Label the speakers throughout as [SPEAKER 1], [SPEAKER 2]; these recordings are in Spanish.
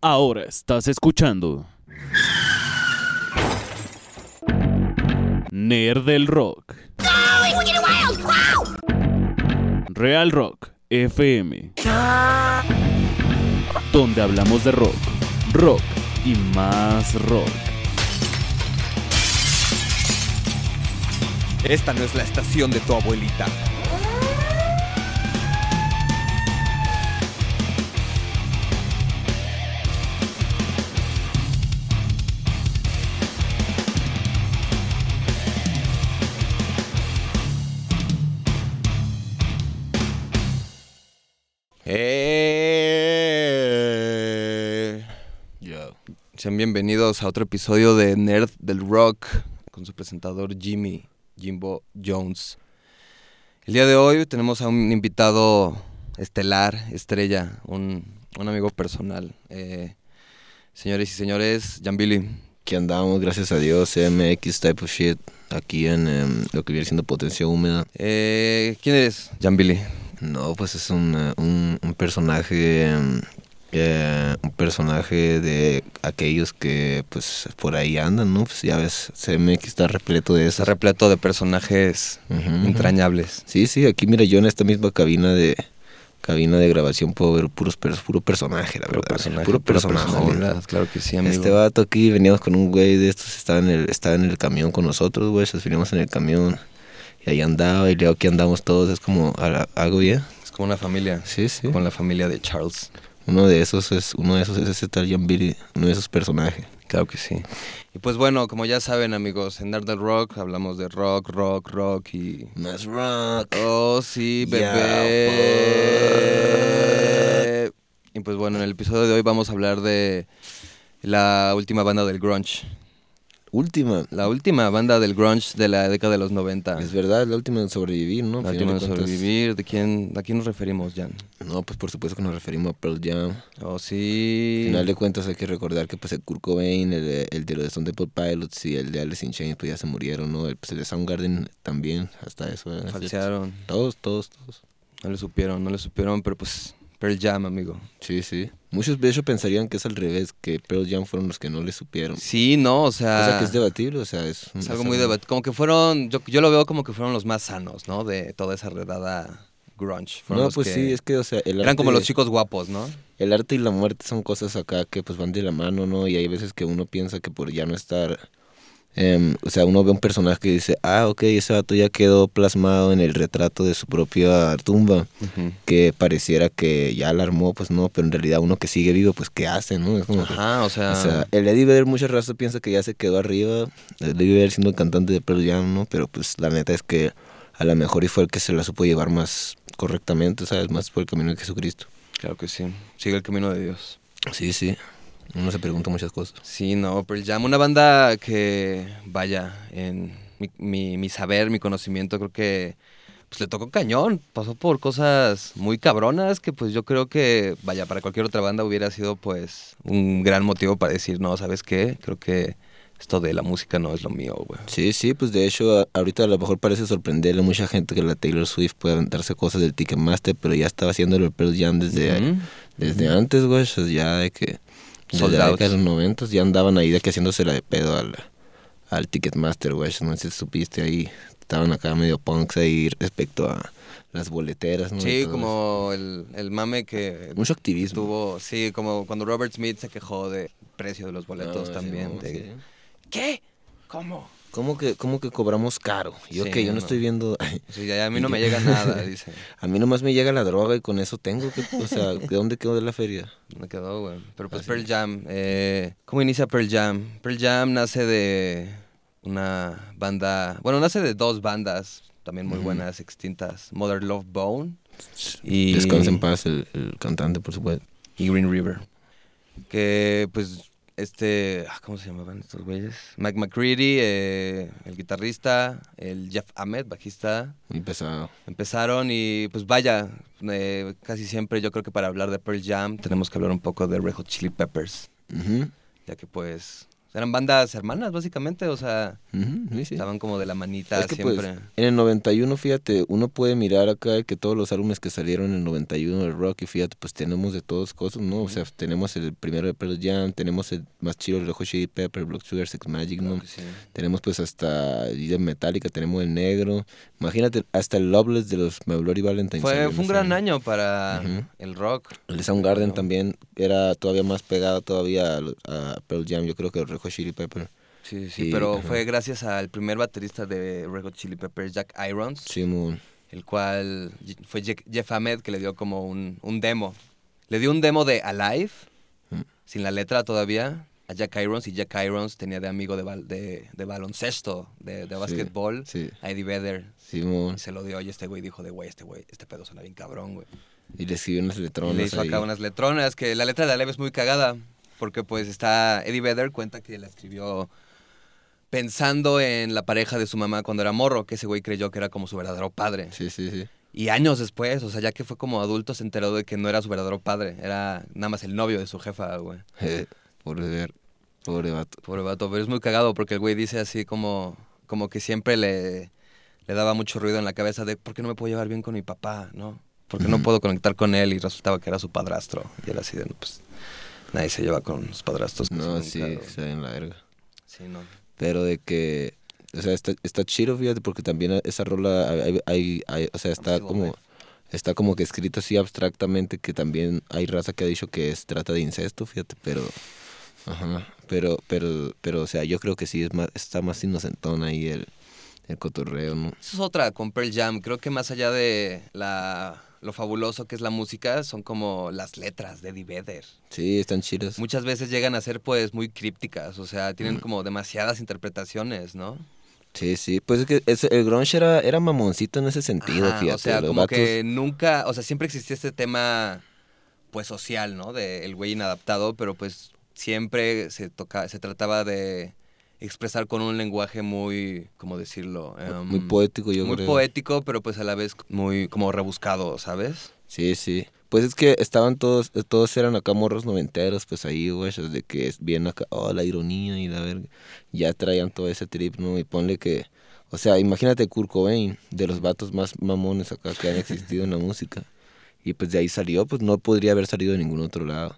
[SPEAKER 1] Ahora estás escuchando Nerd del Rock. Real Rock FM. Donde hablamos de rock, rock y más rock.
[SPEAKER 2] Esta no es la estación de tu abuelita. Eh, Sean bienvenidos a otro episodio de Nerd del Rock con su presentador Jimmy Jimbo Jones. El día de hoy tenemos a un invitado estelar, estrella, un, un amigo personal. Eh, señores y señores, Jambili.
[SPEAKER 3] que andamos, gracias a Dios, MX Type of Shit, aquí en em, lo que viene siendo Potencia Húmeda.
[SPEAKER 2] Eh, ¿Quién eres, Jambili?
[SPEAKER 3] No, pues es un, eh, un, un personaje, em, eh, un personaje de aquellos que pues por ahí andan, ¿no? Pues ya ves, CMX está repleto de
[SPEAKER 2] Está
[SPEAKER 3] esas.
[SPEAKER 2] repleto de personajes
[SPEAKER 3] Ujú, ujú.
[SPEAKER 2] entrañables.
[SPEAKER 3] Sí, sí, aquí mira, yo en esta misma cabina de cabina de grabación puedo ver puros pers- puro personaje, la
[SPEAKER 2] Puro
[SPEAKER 3] verdad.
[SPEAKER 2] personaje,
[SPEAKER 3] puro
[SPEAKER 2] pura
[SPEAKER 3] personaje.
[SPEAKER 2] personalidad, claro que sí, amigo.
[SPEAKER 3] Este vato aquí, veníamos con un güey de estos, estaba en el, estaba en el camión con nosotros, güey, nos veníamos en el camión y ahí andaba y luego aquí andamos todos, es como a la- algo bien.
[SPEAKER 2] Es como una familia.
[SPEAKER 3] Sí, sí.
[SPEAKER 2] Con la familia de Charles.
[SPEAKER 3] Uno de esos es, uno de esos es ese tal John Billy, uno de esos personajes.
[SPEAKER 2] Claro que sí. Y pues bueno, como ya saben, amigos, en Nerd del Rock hablamos de rock, rock, rock y.
[SPEAKER 3] Más rock.
[SPEAKER 2] Oh, sí,
[SPEAKER 3] Ya,
[SPEAKER 2] bebé. Y pues bueno, en el episodio de hoy vamos a hablar de la última banda del grunge.
[SPEAKER 3] Última.
[SPEAKER 2] La última banda del grunge de la década de los 90.
[SPEAKER 3] Es verdad, la última en sobrevivir, ¿no?
[SPEAKER 2] La
[SPEAKER 3] Al
[SPEAKER 2] última
[SPEAKER 3] final
[SPEAKER 2] de
[SPEAKER 3] de cuentas-
[SPEAKER 2] sobrevivir. ¿De quién, ¿A quién nos referimos, Jan?
[SPEAKER 3] No, pues por supuesto que nos referimos a Pearl Jam.
[SPEAKER 2] Oh,
[SPEAKER 3] Al
[SPEAKER 2] sí.
[SPEAKER 3] final de cuentas hay que recordar que pues el Kurt Cobain, el, de- el de los Stone Temple Pilots y el de Alice in Chains pues ya se murieron, ¿no? El, pues, el de Soundgarden también, hasta eso. ¿eh?
[SPEAKER 2] Falsearon.
[SPEAKER 3] Todos, todos, todos.
[SPEAKER 2] No le supieron, no le supieron, pero pues Pearl Jam, amigo.
[SPEAKER 3] Sí, sí. Muchos de hecho pensarían que es al revés, que Pearl Jam fueron los que no le supieron.
[SPEAKER 2] Sí, no, o sea...
[SPEAKER 3] O sea, que es debatible, o sea, es...
[SPEAKER 2] Ah. Es algo muy debatido. Como que fueron, yo, yo lo veo como que fueron los más sanos, ¿no? De toda esa redada grunge. Fueron
[SPEAKER 3] No,
[SPEAKER 2] los
[SPEAKER 3] pues
[SPEAKER 2] que
[SPEAKER 3] sí, es que, o sea, el
[SPEAKER 2] Eran
[SPEAKER 3] arte,
[SPEAKER 2] como los chicos guapos, ¿no?
[SPEAKER 3] el arte y la muerte son cosas acá que pues van de la mano, ¿no? Y hay veces que uno piensa que por ya no estar... em, o sea, uno ve un personaje que dice, ah, ok, ese vato ya quedó plasmado en el retrato de su propia tumba. que pareciera que ya la armó, pues no, pero en realidad uno que sigue vivo, pues ¿qué hace, no? Es como que-
[SPEAKER 2] Ajá, o sea...
[SPEAKER 3] o sea, el Eddie Vedder, mucha raza piensa que ya se quedó arriba, el Eddie Vedder siendo el cantante de Pearl Jam, ¿no? Pero pues la neta es que a lo mejor y fue el que se la supo llevar más correctamente, ¿sabes? Más por el camino de Jesucristo.
[SPEAKER 2] Claro que sí. Sigue el camino de Dios.
[SPEAKER 3] Sí, sí. Uno se pregunta muchas cosas.
[SPEAKER 2] Sí, no, Pearl Jam, una banda que, vaya, en mi, mi- mi saber, mi conocimiento, creo que pues le tocó cañón. Pasó por cosas muy cabronas que pues yo creo que, vaya, para cualquier otra banda hubiera sido pues un gran motivo para decir, no, ¿sabes qué? Creo que esto de la música no es lo mío, güey.
[SPEAKER 3] Sí, sí, pues de hecho a- ahorita a lo mejor parece sorprenderle a mucha gente que la Taylor Swift puede aventarse cosas del Ticketmaster, pero ya estaba haciéndolo el Pearl Jam desde...
[SPEAKER 2] Ujú.
[SPEAKER 3] Desde antes, güey, o sea, ya de que. Desde la
[SPEAKER 2] Soldados.
[SPEAKER 3] década de los noventas ya andaban ahí de que haciéndose la de pedo al, al Ticketmaster, güey. No sé si supiste ahí. Estaban acá medio punks ahí respecto a las boleteras, ¿no? Y
[SPEAKER 2] Sí,
[SPEAKER 3] todo eso.
[SPEAKER 2] como el, el mame que
[SPEAKER 3] Mucho activismo.
[SPEAKER 2] tuvo, sí, como cuando Robert Smith se quejó de precio de los boletos
[SPEAKER 3] Ah,
[SPEAKER 2] también.
[SPEAKER 3] Simón,
[SPEAKER 2] de-
[SPEAKER 3] sí.
[SPEAKER 2] ¿Qué? ¿Cómo?
[SPEAKER 3] ¿Cómo que, cómo que cobramos caro? Yo
[SPEAKER 2] Sí,
[SPEAKER 3] que yo no,
[SPEAKER 2] no.
[SPEAKER 3] estoy viendo.
[SPEAKER 2] Sí, a mí no me llega nada, dice.
[SPEAKER 3] A mí nomás me llega la droga y con eso tengo que. O sea, ¿de dónde quedó la feria?
[SPEAKER 2] Me quedó, güey. Pero pues
[SPEAKER 3] Así
[SPEAKER 2] Pearl Jam. eh, ¿Cómo inicia Pearl Jam? Pearl Jam nace de una banda. Bueno, nace de dos bandas también muy buenas, extintas: Mother Love Bone Y-
[SPEAKER 3] Descansa en paz el, el cantante, por supuesto.
[SPEAKER 2] y Green River. Que pues este. ah, ¿Cómo se llamaban estos güeyes? Mike McCready, eh, el guitarrista, el Jeff Ahmed, bajista.
[SPEAKER 3] Muy pesado.
[SPEAKER 2] Empezaron y pues vaya, eh, casi siempre yo creo que para hablar de Pearl Jam tenemos que hablar un poco de Red Hot Chili Peppers.
[SPEAKER 3] Ujú.
[SPEAKER 2] ya que pues O sea, eran bandas hermanas, básicamente, o sea,
[SPEAKER 3] Ujú, sí, sí.
[SPEAKER 2] estaban como de la manita
[SPEAKER 3] Es que, pues,
[SPEAKER 2] siempre.
[SPEAKER 3] en el 91, fíjate, uno puede mirar acá que todos los álbumes que salieron en el 91 del rock, y fíjate, pues tenemos de todas cosas, ¿no? O sea, tenemos el primero de Pearl Jam, tenemos el más chido, el de Hot Chili Pepper, Block Sugar, Sex Magic, ¿no?
[SPEAKER 2] Creo que sí.
[SPEAKER 3] Tenemos pues hasta de Metallica, tenemos el negro. Imagínate, hasta el Loveless de los My Bloody Valentine.
[SPEAKER 2] Fue,
[SPEAKER 3] salió
[SPEAKER 2] fue un
[SPEAKER 3] en
[SPEAKER 2] gran
[SPEAKER 3] ese
[SPEAKER 2] año para
[SPEAKER 3] Ujú.
[SPEAKER 2] el rock.
[SPEAKER 3] El Soundgarden también era todavía más pegado todavía a, lo- a Pearl Jam, yo creo que el Hot Chili Pepper.
[SPEAKER 2] Sí, sí,
[SPEAKER 3] Y-
[SPEAKER 2] pero
[SPEAKER 3] ajá.
[SPEAKER 2] fue gracias al primer baterista de Red Hot Chili Peppers, Jack Irons,
[SPEAKER 3] Simón.
[SPEAKER 2] el cual ye- fue Jack- Jeff Ahmed que le dio como un, un demo. Le dio un demo de Alive,
[SPEAKER 3] Mm.
[SPEAKER 2] sin la letra todavía, a Jack Irons, y Jack Irons tenía de amigo de, bal- de, de baloncesto, de, de básquetbol,
[SPEAKER 3] Sí,
[SPEAKER 2] a Eddie Vedder.
[SPEAKER 3] Simón.
[SPEAKER 2] Y se lo dio y este güey dijo de güey, este güey, este pedo suena bien cabrón, güey.
[SPEAKER 3] Y le escribió unas
[SPEAKER 2] Y
[SPEAKER 3] letronas.
[SPEAKER 2] le hizo
[SPEAKER 3] ahí.
[SPEAKER 2] acá unas letronas, que la letra de Alive es muy cagada, porque pues está Eddie Vedder cuenta que la escribió pensando en la pareja de su mamá cuando era morro, que ese güey creyó que era como su verdadero padre.
[SPEAKER 3] Sí, sí, sí.
[SPEAKER 2] Y años después, o sea, ya que fue como adulto, se enteró de que no era su verdadero padre, era nada más el novio de su jefa, güey.
[SPEAKER 3] Eh, pobre ver. Pobre vato.
[SPEAKER 2] Pobre vato, pero es muy cagado porque el güey dice así como, como que siempre le, le daba mucho ruido en la cabeza de por qué no me puedo llevar bien con mi papá, ¿no? ¿Por qué no puedo conectar con él? Y resultaba que era su padrastro. Y era así de, no, pues, nadie se lleva con los padrastros. que
[SPEAKER 3] No,
[SPEAKER 2] son,
[SPEAKER 3] sí,
[SPEAKER 2] claro.
[SPEAKER 3] se da en la verga.
[SPEAKER 2] Sí, no.
[SPEAKER 3] Pero de que. O sea, está, está chido, fíjate, porque también esa rola. Hay, hay- hay- o sea, está
[SPEAKER 2] Still
[SPEAKER 3] como.
[SPEAKER 2] alive.
[SPEAKER 3] Está como que escrito así abstractamente que también hay raza que ha dicho que es, trata de incesto, fíjate, pero. Ajá. Pero, pero, pero, o sea, yo creo que sí es más, está más inocentón ahí el, el cotorreo, ¿no?
[SPEAKER 2] Eso es otra con Pearl Jam. Creo que más allá de la, lo fabuloso que es la música, son como las letras de Eddie Vedder.
[SPEAKER 3] Sí, están chidas.
[SPEAKER 2] Muchas veces llegan a ser, pues, muy crípticas. O sea, tienen como demasiadas interpretaciones, ¿no?
[SPEAKER 3] Sí, sí. Pues es que es- el grunge era, era mamoncito en ese sentido,
[SPEAKER 2] Ajá,
[SPEAKER 3] fíjate.
[SPEAKER 2] O sea,
[SPEAKER 3] los
[SPEAKER 2] como
[SPEAKER 3] vatos-
[SPEAKER 2] que nunca, o sea, siempre existía este tema, pues social, ¿no? De el güey inadaptado, pero pues siempre se toca, se trataba de expresar con un lenguaje muy, ¿cómo decirlo? Em,
[SPEAKER 3] Muy poético, yo
[SPEAKER 2] muy
[SPEAKER 3] creo.
[SPEAKER 2] poético, pero pues a la vez muy como rebuscado, ¿sabes?
[SPEAKER 3] Sí, sí. Pues es que estaban todos, eh, todos eran acá morros noventeros, pues ahí, güey, esos de que es bien acá, oh, la ironía y la verga. Ya traían todo ese trip, ¿no? Y ponle que, o sea, imagínate Kurt Cobain, de los vatos más mamones acá que han existido en la música. Y pues de ahí salió, pues no podría haber salido de ningún otro lado.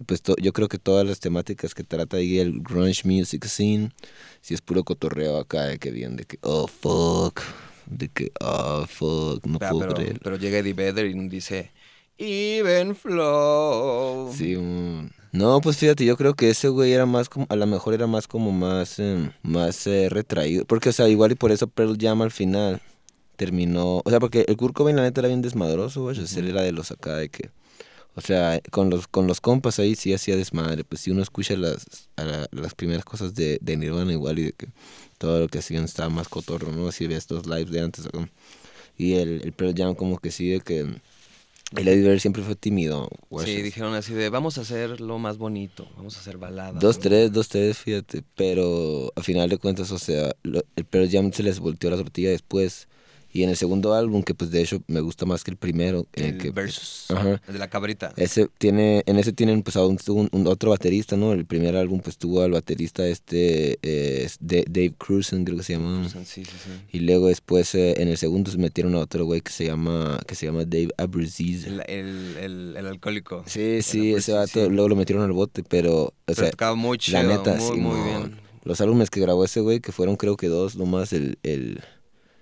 [SPEAKER 3] Y pues to- yo creo que todas las temáticas que trata ahí el grunge music scene, si es puro cotorreo acá de que bien, de que, oh, fuck, de que, oh, fuck,
[SPEAKER 2] O
[SPEAKER 3] no
[SPEAKER 2] sea,
[SPEAKER 3] puedo
[SPEAKER 2] pero,
[SPEAKER 3] creer.
[SPEAKER 2] pero llega Eddie Vedder y dice, Even Flow.
[SPEAKER 3] Sí, mm. no, pues fíjate, yo creo que ese güey era más como, a lo mejor era más como más, em, más eh, retraído. Porque, o sea, igual y por eso Pearl Jam al final terminó. O sea, porque el Kurt Cobain la neta era bien desmadroso, güey. o sea, él era de los acá de que. O sea, con los, con los compas ahí sí hacía desmadre. Pues si uno escucha las, a la- las primeras cosas de, de Nirvana igual y de que todo lo que hacían estaba más cotorro, ¿no? Si ves estos lives de antes. acá. Y el, el Pearl Jam como que sí de que... El Eddie Vedder siempre fue tímido. güey.
[SPEAKER 2] Sí, dijeron así de, vamos a hacer lo más bonito, vamos a hacer balada.
[SPEAKER 3] Dos, tres, dos, tres, fíjate. Pero a final de cuentas, o sea, lo- el Pearl Jam se les volteó la tortilla después. Y en el segundo álbum, que pues de hecho me gusta más que el primero. en
[SPEAKER 2] El
[SPEAKER 3] eh, que,
[SPEAKER 2] versus,
[SPEAKER 3] Ajá.
[SPEAKER 2] el de la cabrita.
[SPEAKER 3] Ese tiene, en ese tienen pues a un, un- un otro baterista, ¿no? El primer álbum pues tuvo al baterista este, eh, es de- Dave Cruzen, creo que se llama.
[SPEAKER 2] Sí, sí, sí.
[SPEAKER 3] Y luego después eh, en el segundo se metieron a otro güey que se llama, que se llama Dave Abruzzese.
[SPEAKER 2] El, el, el, el alcohólico.
[SPEAKER 3] Sí,
[SPEAKER 2] Bruce,
[SPEAKER 3] sí, ese
[SPEAKER 2] sí,
[SPEAKER 3] vato,
[SPEAKER 2] sí.
[SPEAKER 3] luego lo metieron al bote, pero, o
[SPEAKER 2] Pero
[SPEAKER 3] sea,
[SPEAKER 2] tocaba muy chido,
[SPEAKER 3] la neta,
[SPEAKER 2] muy,
[SPEAKER 3] sí,
[SPEAKER 2] muy
[SPEAKER 3] no.
[SPEAKER 2] bien.
[SPEAKER 3] Los álbumes que grabó ese güey, que fueron creo que dos nomás, el, el,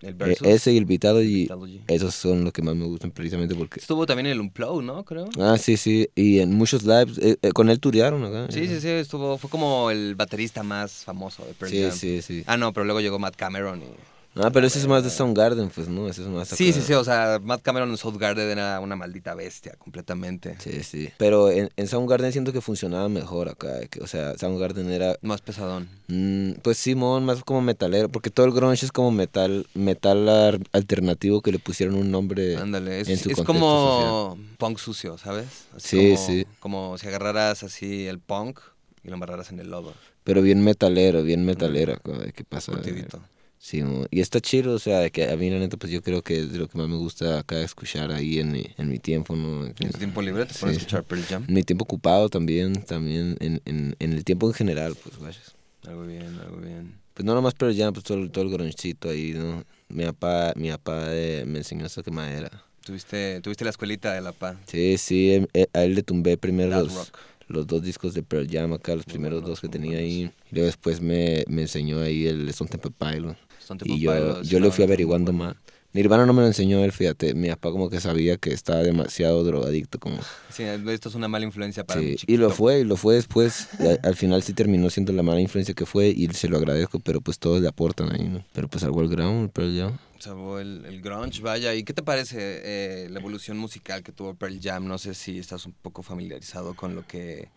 [SPEAKER 2] El
[SPEAKER 3] eh,
[SPEAKER 2] versus.
[SPEAKER 3] ese y el Vitado, y
[SPEAKER 2] Vitalogy.
[SPEAKER 3] esos son los que más me gustan precisamente porque...
[SPEAKER 2] Estuvo también en el Unplugged, ¿no? Creo.
[SPEAKER 3] Ah, sí, sí, y en muchos lives, eh, eh, con él turearon acá.
[SPEAKER 2] Sí, sí, sí, estuvo, fue como el baterista más famoso de Pearl
[SPEAKER 3] Sí,
[SPEAKER 2] Jam.
[SPEAKER 3] sí, sí.
[SPEAKER 2] Ah, no, pero luego llegó Matt Cameron y...
[SPEAKER 3] Ah, pero ese es más de Soundgarden, pues, ¿no? Ese es más
[SPEAKER 2] Sí,
[SPEAKER 3] acá.
[SPEAKER 2] sí, sí, o sea, Matt Cameron en Soundgarden era una maldita bestia completamente.
[SPEAKER 3] Sí, sí. Pero en, en Soundgarden siento que funcionaba mejor acá, que, o sea, Soundgarden era
[SPEAKER 2] Más pesadón.
[SPEAKER 3] Mm, pues Simón, más como metalero, porque todo el grunge es como metal, metal ar- alternativo que le pusieron un nombre.
[SPEAKER 2] Ándale, es,
[SPEAKER 3] en su
[SPEAKER 2] es
[SPEAKER 3] contexto
[SPEAKER 2] como punk sucio, ¿sabes?
[SPEAKER 3] Sí,
[SPEAKER 2] como,
[SPEAKER 3] sí.
[SPEAKER 2] Como si agarraras así el punk y lo embarraras en el lodo.
[SPEAKER 3] Pero bien metalero, bien metalero, acá, de ¿qué pasa?
[SPEAKER 2] Curtidito.
[SPEAKER 3] Simón. Y está chido, o sea, de que a mí la neta, pues yo creo que es de lo que más me gusta acá escuchar ahí en mi, en mi tiempo, ¿no? De que-
[SPEAKER 2] En tu tiempo libre te pones a escuchar Pearl Jam.
[SPEAKER 3] en mi tiempo ocupado también, también en, en- en el tiempo en general, pues vayas.
[SPEAKER 2] Algo bien, algo bien.
[SPEAKER 3] Pues no nomás, pero ya pues, todo, todo el gronchito ahí, ¿no? Mi papá, mi papá eh, me enseñó esa quemadera.
[SPEAKER 2] Tuviste, tuviste la escuelita de la PA.
[SPEAKER 3] Sí, sí, em- eh, a él le tumbé primero
[SPEAKER 2] Dad
[SPEAKER 3] los,
[SPEAKER 2] Rock.
[SPEAKER 3] los dos discos de Pearl Jam acá, los primeros
[SPEAKER 2] buenos,
[SPEAKER 3] dos que
[SPEAKER 2] muy
[SPEAKER 3] tenía
[SPEAKER 2] buenos.
[SPEAKER 3] ahí. Y luego después me, me enseñó ahí el Stone Temple Pilots.
[SPEAKER 2] Son tipo
[SPEAKER 3] Y yo,
[SPEAKER 2] pilots,
[SPEAKER 3] yo
[SPEAKER 2] una
[SPEAKER 3] lo fui
[SPEAKER 2] banda muy
[SPEAKER 3] averiguando
[SPEAKER 2] buena.
[SPEAKER 3] más. Nirvana no me lo enseñó él, fíjate. Mi papá como que sabía que estaba demasiado drogadicto. Como,
[SPEAKER 2] Sí, eh, esto es una mala influencia para
[SPEAKER 3] Sí,
[SPEAKER 2] mí.
[SPEAKER 3] y lo fue, y lo fue después. Y a- al final sí terminó siendo la mala influencia que fue y se lo agradezco, pero pues todos le aportan ahí, ¿no? Pero pues al World Ground, pero ya.
[SPEAKER 2] Salvó el, el grunge, vaya. ¿Y qué te parece eh, la evolución musical que tuvo Pearl Jam? No sé si estás un poco familiarizado con lo que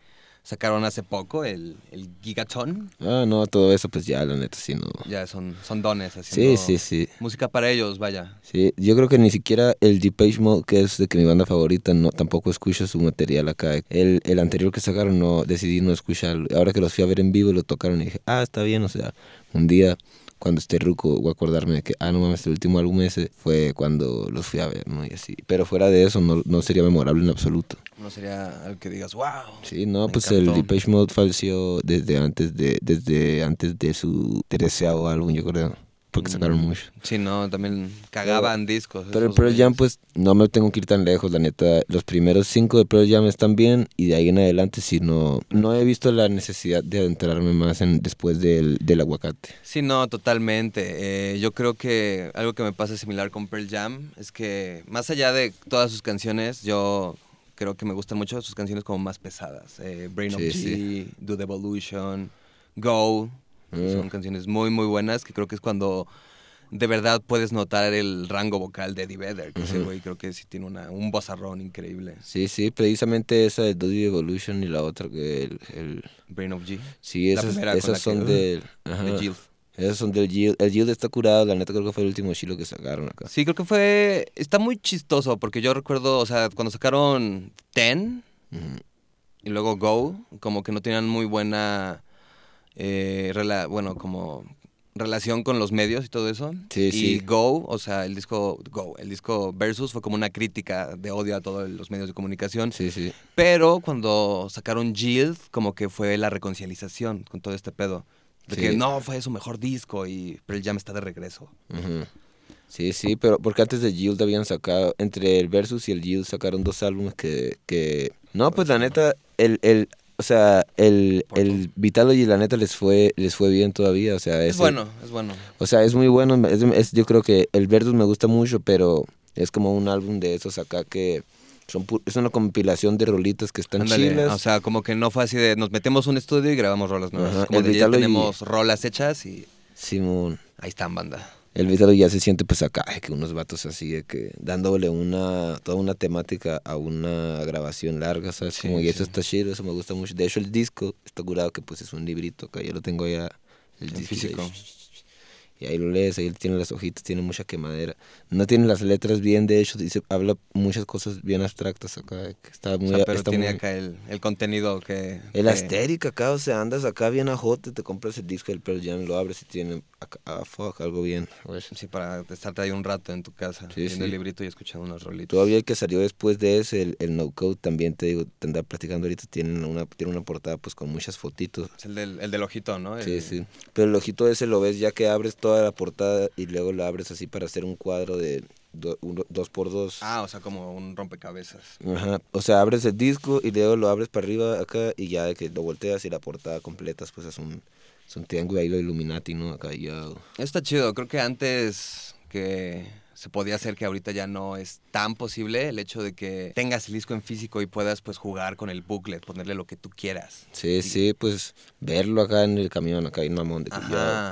[SPEAKER 2] sacaron hace poco, el, el Gigaton.
[SPEAKER 3] Ah, no, todo eso pues ya, la neta, sí, no.
[SPEAKER 2] Ya son, son dones
[SPEAKER 3] Sí,
[SPEAKER 2] haciendo
[SPEAKER 3] sí, sí.
[SPEAKER 2] música para ellos, vaya.
[SPEAKER 3] Sí, yo creo que ni siquiera el Depeche Mode, que es de que mi banda favorita, no tampoco escucho su material acá. El, el anterior que sacaron, no decidí no escucharlo. Ahora que los fui a ver en vivo, lo tocaron y dije, ah, está bien, o sea, un día cuando esté ruco voy a acordarme de que, ah, no mames, el último álbum ese fue cuando los fui a ver, ¿no? Y así. Pero fuera de eso, no, no sería memorable en absoluto.
[SPEAKER 2] No sería algo que digas, wow.
[SPEAKER 3] Sí, no,
[SPEAKER 2] Me
[SPEAKER 3] pues
[SPEAKER 2] encantó.
[SPEAKER 3] el Depeche Mode falleció desde antes de, desde antes de su treceavo álbum, yo creo, porque sacaron
[SPEAKER 2] Mm.
[SPEAKER 3] mucho.
[SPEAKER 2] Sí, no, también cagaban discos.
[SPEAKER 3] Pero el
[SPEAKER 2] esos
[SPEAKER 3] Pearl Jam,
[SPEAKER 2] güeyes.
[SPEAKER 3] pues no me tengo que ir tan lejos, la neta. Los primeros cinco de Pearl Jam están bien y de ahí en adelante, si no, no he visto la necesidad de adentrarme más en después del, del aguacate.
[SPEAKER 2] Sí, no, totalmente. Eh, yo creo que algo que me pasa similar con Pearl Jam es que más allá de todas sus canciones, yo creo que me gustan mucho sus canciones como más pesadas. Eh, Brain of
[SPEAKER 3] Sí,
[SPEAKER 2] G,
[SPEAKER 3] sí. Mm.
[SPEAKER 2] Do the Evolution, Go. que Son canciones muy, muy buenas que creo que es cuando de verdad puedes notar el rango vocal de Eddie Vedder. Que ese güey creo que sí tiene una, un vozarrón increíble.
[SPEAKER 3] Sí, sí, precisamente esa de Dodgy Evolution y la otra que el. el-
[SPEAKER 2] Brain of G.
[SPEAKER 3] sí,
[SPEAKER 2] La
[SPEAKER 3] esas,
[SPEAKER 2] primera con
[SPEAKER 3] esas
[SPEAKER 2] la
[SPEAKER 3] son
[SPEAKER 2] que-
[SPEAKER 3] del. ajá,
[SPEAKER 2] de Jill.
[SPEAKER 3] Esas son del Yield. El Yield está curado, la neta creo que fue el último chilo que sacaron acá.
[SPEAKER 2] Sí, creo que fue. Está muy chistoso porque yo recuerdo, o sea, cuando sacaron Ten y luego Go, como que no tenían muy buena. eh, rela- bueno, como relación con los medios y todo eso.
[SPEAKER 3] Sí,
[SPEAKER 2] y
[SPEAKER 3] sí.
[SPEAKER 2] Go, o sea, el disco Go, el disco Versus fue como una crítica de odio a todos los medios de comunicación.
[SPEAKER 3] Sí, sí.
[SPEAKER 2] Pero cuando sacaron Yield, como que fue la reconciliación con todo este pedo. De
[SPEAKER 3] Sí.
[SPEAKER 2] que no, fue su mejor disco y Pearl Jam está de regreso.
[SPEAKER 3] Ujú. Sí, sí, pero porque antes de Yield habían sacado, entre el Versus y el Yield sacaron dos álbumes que, que... No, pues la neta, el, el, o sea, el, el Vitalogy la neta les fue, les fue bien todavía, o sea,
[SPEAKER 2] Es
[SPEAKER 3] ese-
[SPEAKER 2] bueno, es bueno.
[SPEAKER 3] O sea, es muy bueno, es- es- yo creo que el Versus me gusta mucho, pero es como un álbum de esos acá que son pu- es una compilación de rolitas que están
[SPEAKER 2] Ándale,
[SPEAKER 3] chilas.
[SPEAKER 2] O sea, como que no fue así de nos metemos un estudio y grabamos rolas nuevas.
[SPEAKER 3] Ajá,
[SPEAKER 2] Es como
[SPEAKER 3] el
[SPEAKER 2] de ya
[SPEAKER 3] Vitalogy-
[SPEAKER 2] tenemos rolas hechas y
[SPEAKER 3] Simón.
[SPEAKER 2] ahí están, banda.
[SPEAKER 3] El Vitalogy ya se siente pues acá, ay, que unos vatos así de que dándole una, toda una temática a una grabación larga, ¿sabes?
[SPEAKER 2] Sí,
[SPEAKER 3] Como, y eso
[SPEAKER 2] sí.
[SPEAKER 3] está chido, eso me gusta mucho. De hecho el disco está curado que pues es un librito acá, yo lo tengo allá. El
[SPEAKER 2] En
[SPEAKER 3] disco,
[SPEAKER 2] físico.
[SPEAKER 3] Y ahí lo lees, ahí tiene las hojitas, tiene mucha quemadera. No tiene las letras bien, de hecho, dice, habla muchas cosas bien abstractas acá, que está
[SPEAKER 2] O
[SPEAKER 3] muy...
[SPEAKER 2] sea, pero
[SPEAKER 3] está
[SPEAKER 2] tiene eh.
[SPEAKER 3] muy-
[SPEAKER 2] acá el, el contenido que.
[SPEAKER 3] el
[SPEAKER 2] que-
[SPEAKER 3] Asteric acá, o sea, andas acá bien a jote, te compras el disco del Pearl Jam, lo abres y tiene acá, ah, fuck, algo bien. güey.
[SPEAKER 2] Sí, para estarte ahí un rato en tu casa,
[SPEAKER 3] Sí,
[SPEAKER 2] viendo
[SPEAKER 3] sí.
[SPEAKER 2] el librito y escuchando unos rolitos.
[SPEAKER 3] Todavía el que salió después de ese, el, el No Code, también te digo, te andaba platicando ahorita, tiene una, tiene una portada pues con muchas fotitos.
[SPEAKER 2] Es el del, el del ojito, ¿no? El-
[SPEAKER 3] Sí, sí. Pero el ojito ese lo ves ya que abres toda la portada y luego la abres así para hacer un cuadro de do- uno- dos por dos.
[SPEAKER 2] Ah, o sea, como un rompecabezas.
[SPEAKER 3] Ajá. O sea, abres el disco y luego lo abres para arriba acá y ya de que lo volteas y la portada completas, pues es un, es un triángulo ahí lo Illuminati, ¿no? Acá ya.
[SPEAKER 2] Eso está chido. Creo que antes que se podía hacer que ahorita ya no es tan posible el hecho de que tengas el disco en físico y puedas pues jugar con el booklet, ponerle lo que tú quieras.
[SPEAKER 3] Sí, sí, pues verlo acá en el camión, acá en mamón, de que ya-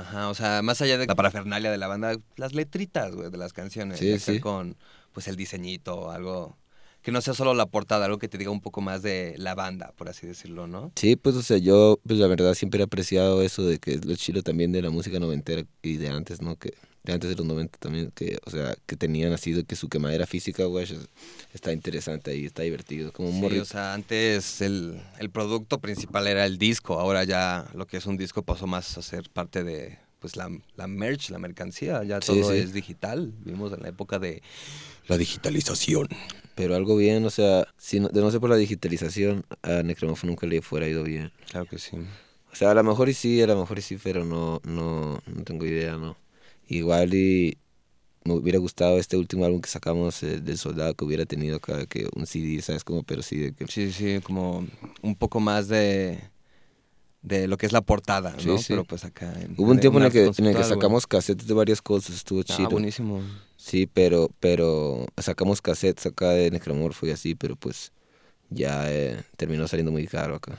[SPEAKER 2] Ajá, ajá, o sea, más allá de la parafernalia de la banda, las letritas, güey, de las canciones,
[SPEAKER 3] Sí,
[SPEAKER 2] ya sea
[SPEAKER 3] sí.
[SPEAKER 2] con pues el diseñito, algo que no sea solo la portada, algo que te diga un poco más de la banda, por así decirlo, ¿no?
[SPEAKER 3] Sí, pues, o sea, yo, pues, la verdad siempre he apreciado eso de que es lo chido también de la música noventera y de antes, ¿no? Que de antes de los 90 también, que, o sea, que tenían así de que su quemadera física, güey, es- está interesante ahí, está divertido, como un
[SPEAKER 2] Sí,
[SPEAKER 3] morrito.
[SPEAKER 2] o sea, antes el, el producto principal era el disco, ahora ya lo que es un disco pasó más a ser parte de pues la, la merch, la mercancía, ya
[SPEAKER 3] Sí,
[SPEAKER 2] todo
[SPEAKER 3] sí.
[SPEAKER 2] es digital, vivimos en la época de la digitalización.
[SPEAKER 3] Pero algo bien, o sea, si no, de no ser por la digitalización, a Necromofo nunca le fuera ido bien.
[SPEAKER 2] Claro que sí.
[SPEAKER 3] O sea, a lo mejor y sí, a lo mejor y sí, pero no, no, no tengo idea, no. Igual y me hubiera gustado este último álbum que sacamos eh, del soldado que hubiera tenido acá, que un CD, ¿sabes? Como, pero sí, de que...
[SPEAKER 2] Sí, sí, como un poco más de, de lo que es la portada,
[SPEAKER 3] Sí,
[SPEAKER 2] ¿no?
[SPEAKER 3] sí.
[SPEAKER 2] Pero pues acá... en-
[SPEAKER 3] Hubo un tiempo en el, que, en el que
[SPEAKER 2] conceptual, güey.
[SPEAKER 3] sacamos cassettes de varias cosas, estuvo
[SPEAKER 2] Ah,
[SPEAKER 3] chido.
[SPEAKER 2] buenísimo.
[SPEAKER 3] Sí, pero, pero sacamos cassettes acá de Necromorfo y así, pero pues ya eh, terminó saliendo muy caro acá.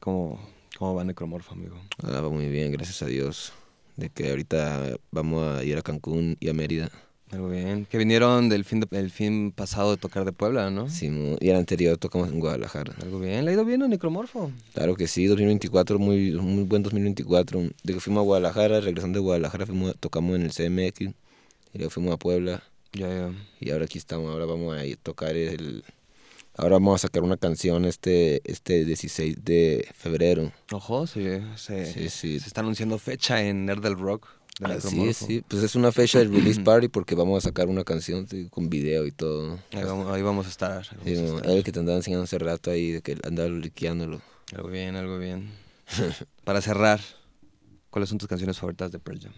[SPEAKER 2] ¿Cómo, cómo va Necromorfo, amigo?
[SPEAKER 3] Ah, va muy bien, gracias a Dios. De que ahorita vamos a ir a Cancún y a Mérida.
[SPEAKER 2] Algo bien. Que vinieron del fin, de- el fin pasado de tocar de Puebla, ¿no?
[SPEAKER 3] Sí, mu- y el anterior tocamos en Guadalajara.
[SPEAKER 2] Algo bien. ¿Le ha ido bien a Necromorfo?
[SPEAKER 3] Claro que sí, 2024, muy, muy buen 2024. De que fuimos a Guadalajara, regresando de Guadalajara, fuimos, a- tocamos en el CMX y luego fuimos a Puebla.
[SPEAKER 2] Ya, ya.
[SPEAKER 3] Y ahora aquí estamos, ahora vamos a ir a tocar el... Ahora vamos a sacar una canción este, este 16 de febrero.
[SPEAKER 2] Ojo, se, se,
[SPEAKER 3] Sí, sí.
[SPEAKER 2] se está anunciando fecha en Nerd del Rock. de
[SPEAKER 3] Así es,
[SPEAKER 2] Necromorfo.
[SPEAKER 3] sí. Pues es una fecha del release party porque vamos a sacar una canción sí, con video y todo.
[SPEAKER 2] Ahí vamos, ahí vamos a estar. ahí vamos
[SPEAKER 3] Sí,
[SPEAKER 2] a
[SPEAKER 3] mo-
[SPEAKER 2] estar.
[SPEAKER 3] era el que te andaba enseñando hace rato ahí, de que andaba liqueándolo.
[SPEAKER 2] Algo bien, algo bien. Para cerrar, ¿cuáles son tus canciones favoritas de Pearl Jam?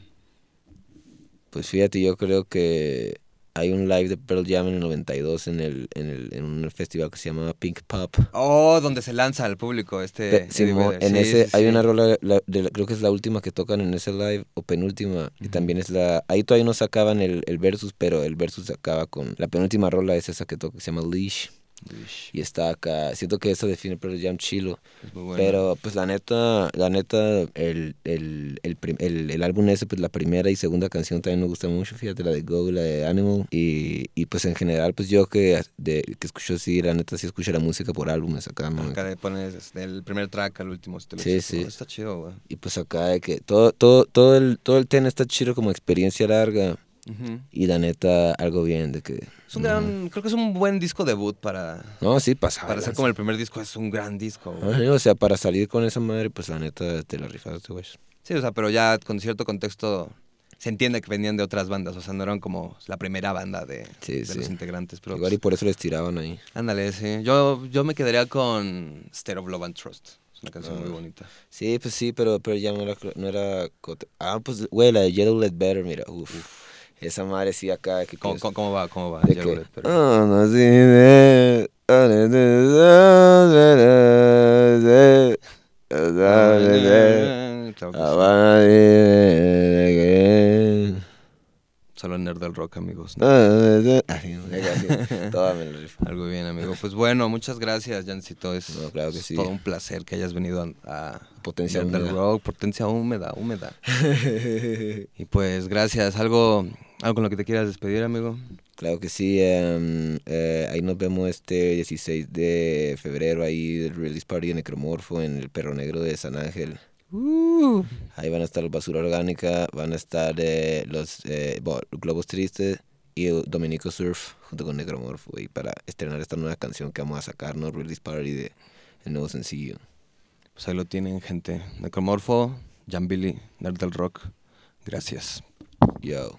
[SPEAKER 3] Pues fíjate, yo creo que hay un live de Pearl Jam en el 92 en, el, en, el, en un festival que se llama Pink Pop.
[SPEAKER 2] Oh, donde se lanza al público este.
[SPEAKER 3] Pe-
[SPEAKER 2] Eddie
[SPEAKER 3] Simón,
[SPEAKER 2] Vedder.
[SPEAKER 3] en
[SPEAKER 2] Sí,
[SPEAKER 3] ese
[SPEAKER 2] sí,
[SPEAKER 3] hay
[SPEAKER 2] sí.
[SPEAKER 3] una rola, la- de la- creo que es la última que tocan en ese live, o penúltima, y también es la... Ahí todavía no sacaban el, el versus, pero el versus acaba con... La penúltima rola es esa que toca, que se llama Leash,
[SPEAKER 2] Uish,
[SPEAKER 3] y está acá. Siento que eso define Pearl Jam chilo.
[SPEAKER 2] es muy bueno.
[SPEAKER 3] Pero pues la neta, la neta, el, el, el, prim- el- el álbum ese, pues la primera y segunda canción también me gusta mucho, fíjate, la de Go, la de Animal. Y, y pues en general, pues yo que, de, que escucho sí, la neta sí escucho la música por álbumes acá, ¿no?
[SPEAKER 2] Acá le pones del primer track al último. si te lo
[SPEAKER 3] Sí,
[SPEAKER 2] dices,
[SPEAKER 3] sí.
[SPEAKER 2] "Oh, Está chido, güey.
[SPEAKER 3] Y pues acá de que todo, todo, todo el, todo el ten está chido como experiencia larga.
[SPEAKER 2] Ujú.
[SPEAKER 3] Y la neta, algo bien de que.
[SPEAKER 2] Es un gran. Creo que es un buen disco debut para.
[SPEAKER 3] No, sí, pasaba.
[SPEAKER 2] Para ser como el primer disco, es un gran disco, güey.
[SPEAKER 3] O sea, para salir con esa madre, pues la neta te la rifaste, güey.
[SPEAKER 2] Sí, o sea, pero ya con cierto contexto se entiende que venían de otras bandas, o sea, no eran como la primera banda de,
[SPEAKER 3] Sí,
[SPEAKER 2] de
[SPEAKER 3] sí.
[SPEAKER 2] los integrantes, pero
[SPEAKER 3] Igual y por eso les tiraban ahí.
[SPEAKER 2] pues, ándale, sí. Yo, yo me quedaría con State of Love and Trust. Es una canción muy bonita.
[SPEAKER 3] Ah. Sí, pues sí, pero, pero ya no era, cl- no era... cote- Ah, pues, güey, la de Yellow Let Better, mira, uf. Esa madre sí acá que
[SPEAKER 2] ¿Cómo,
[SPEAKER 3] piensa-
[SPEAKER 2] cómo- cómo va? ¿Cómo va?
[SPEAKER 3] de
[SPEAKER 2] Ya
[SPEAKER 3] que,
[SPEAKER 2] lo- pero-
[SPEAKER 3] "Ah, no, sí, eh, ah, de- de- de- de- de- de- de- de-
[SPEAKER 2] Claro que sí.
[SPEAKER 3] ah, va, de- de- de- de-
[SPEAKER 2] Solo Nerd del Rock, amigos.
[SPEAKER 3] ah, de- de- Ay, de- de- Toda me la rifo.
[SPEAKER 2] Algo bien, amigo. Pues bueno, muchas gracias, Jancito. Es,
[SPEAKER 3] No, claro que
[SPEAKER 2] es
[SPEAKER 3] sí.
[SPEAKER 2] todo un placer que hayas venido a, a
[SPEAKER 3] Potencia
[SPEAKER 2] Nerd del
[SPEAKER 3] húmeda.
[SPEAKER 2] Rock, Potencia húmeda, húmeda. y pues gracias. ¿Algo, algo con lo que te quieras despedir, amigo?
[SPEAKER 3] Claro que sí, em, eh, ahí nos vemos este 16 de febrero, ahí del Release Party de Necromorfo en el Perro Negro de San Ángel. Ahí van a estar Basura Orgánica, van a estar eh, los eh, bo- Globos Tristes y Dominico Surf junto con Necromorfo y para estrenar esta nueva canción que vamos a sacar, ¿no? Release Party de el nuevo sencillo.
[SPEAKER 2] Pues ahí lo tienen, gente. Necromorfo, Jambili, Nerd del Rock. Gracias.
[SPEAKER 3] Yo.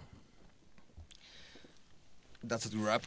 [SPEAKER 2] That's a wrap.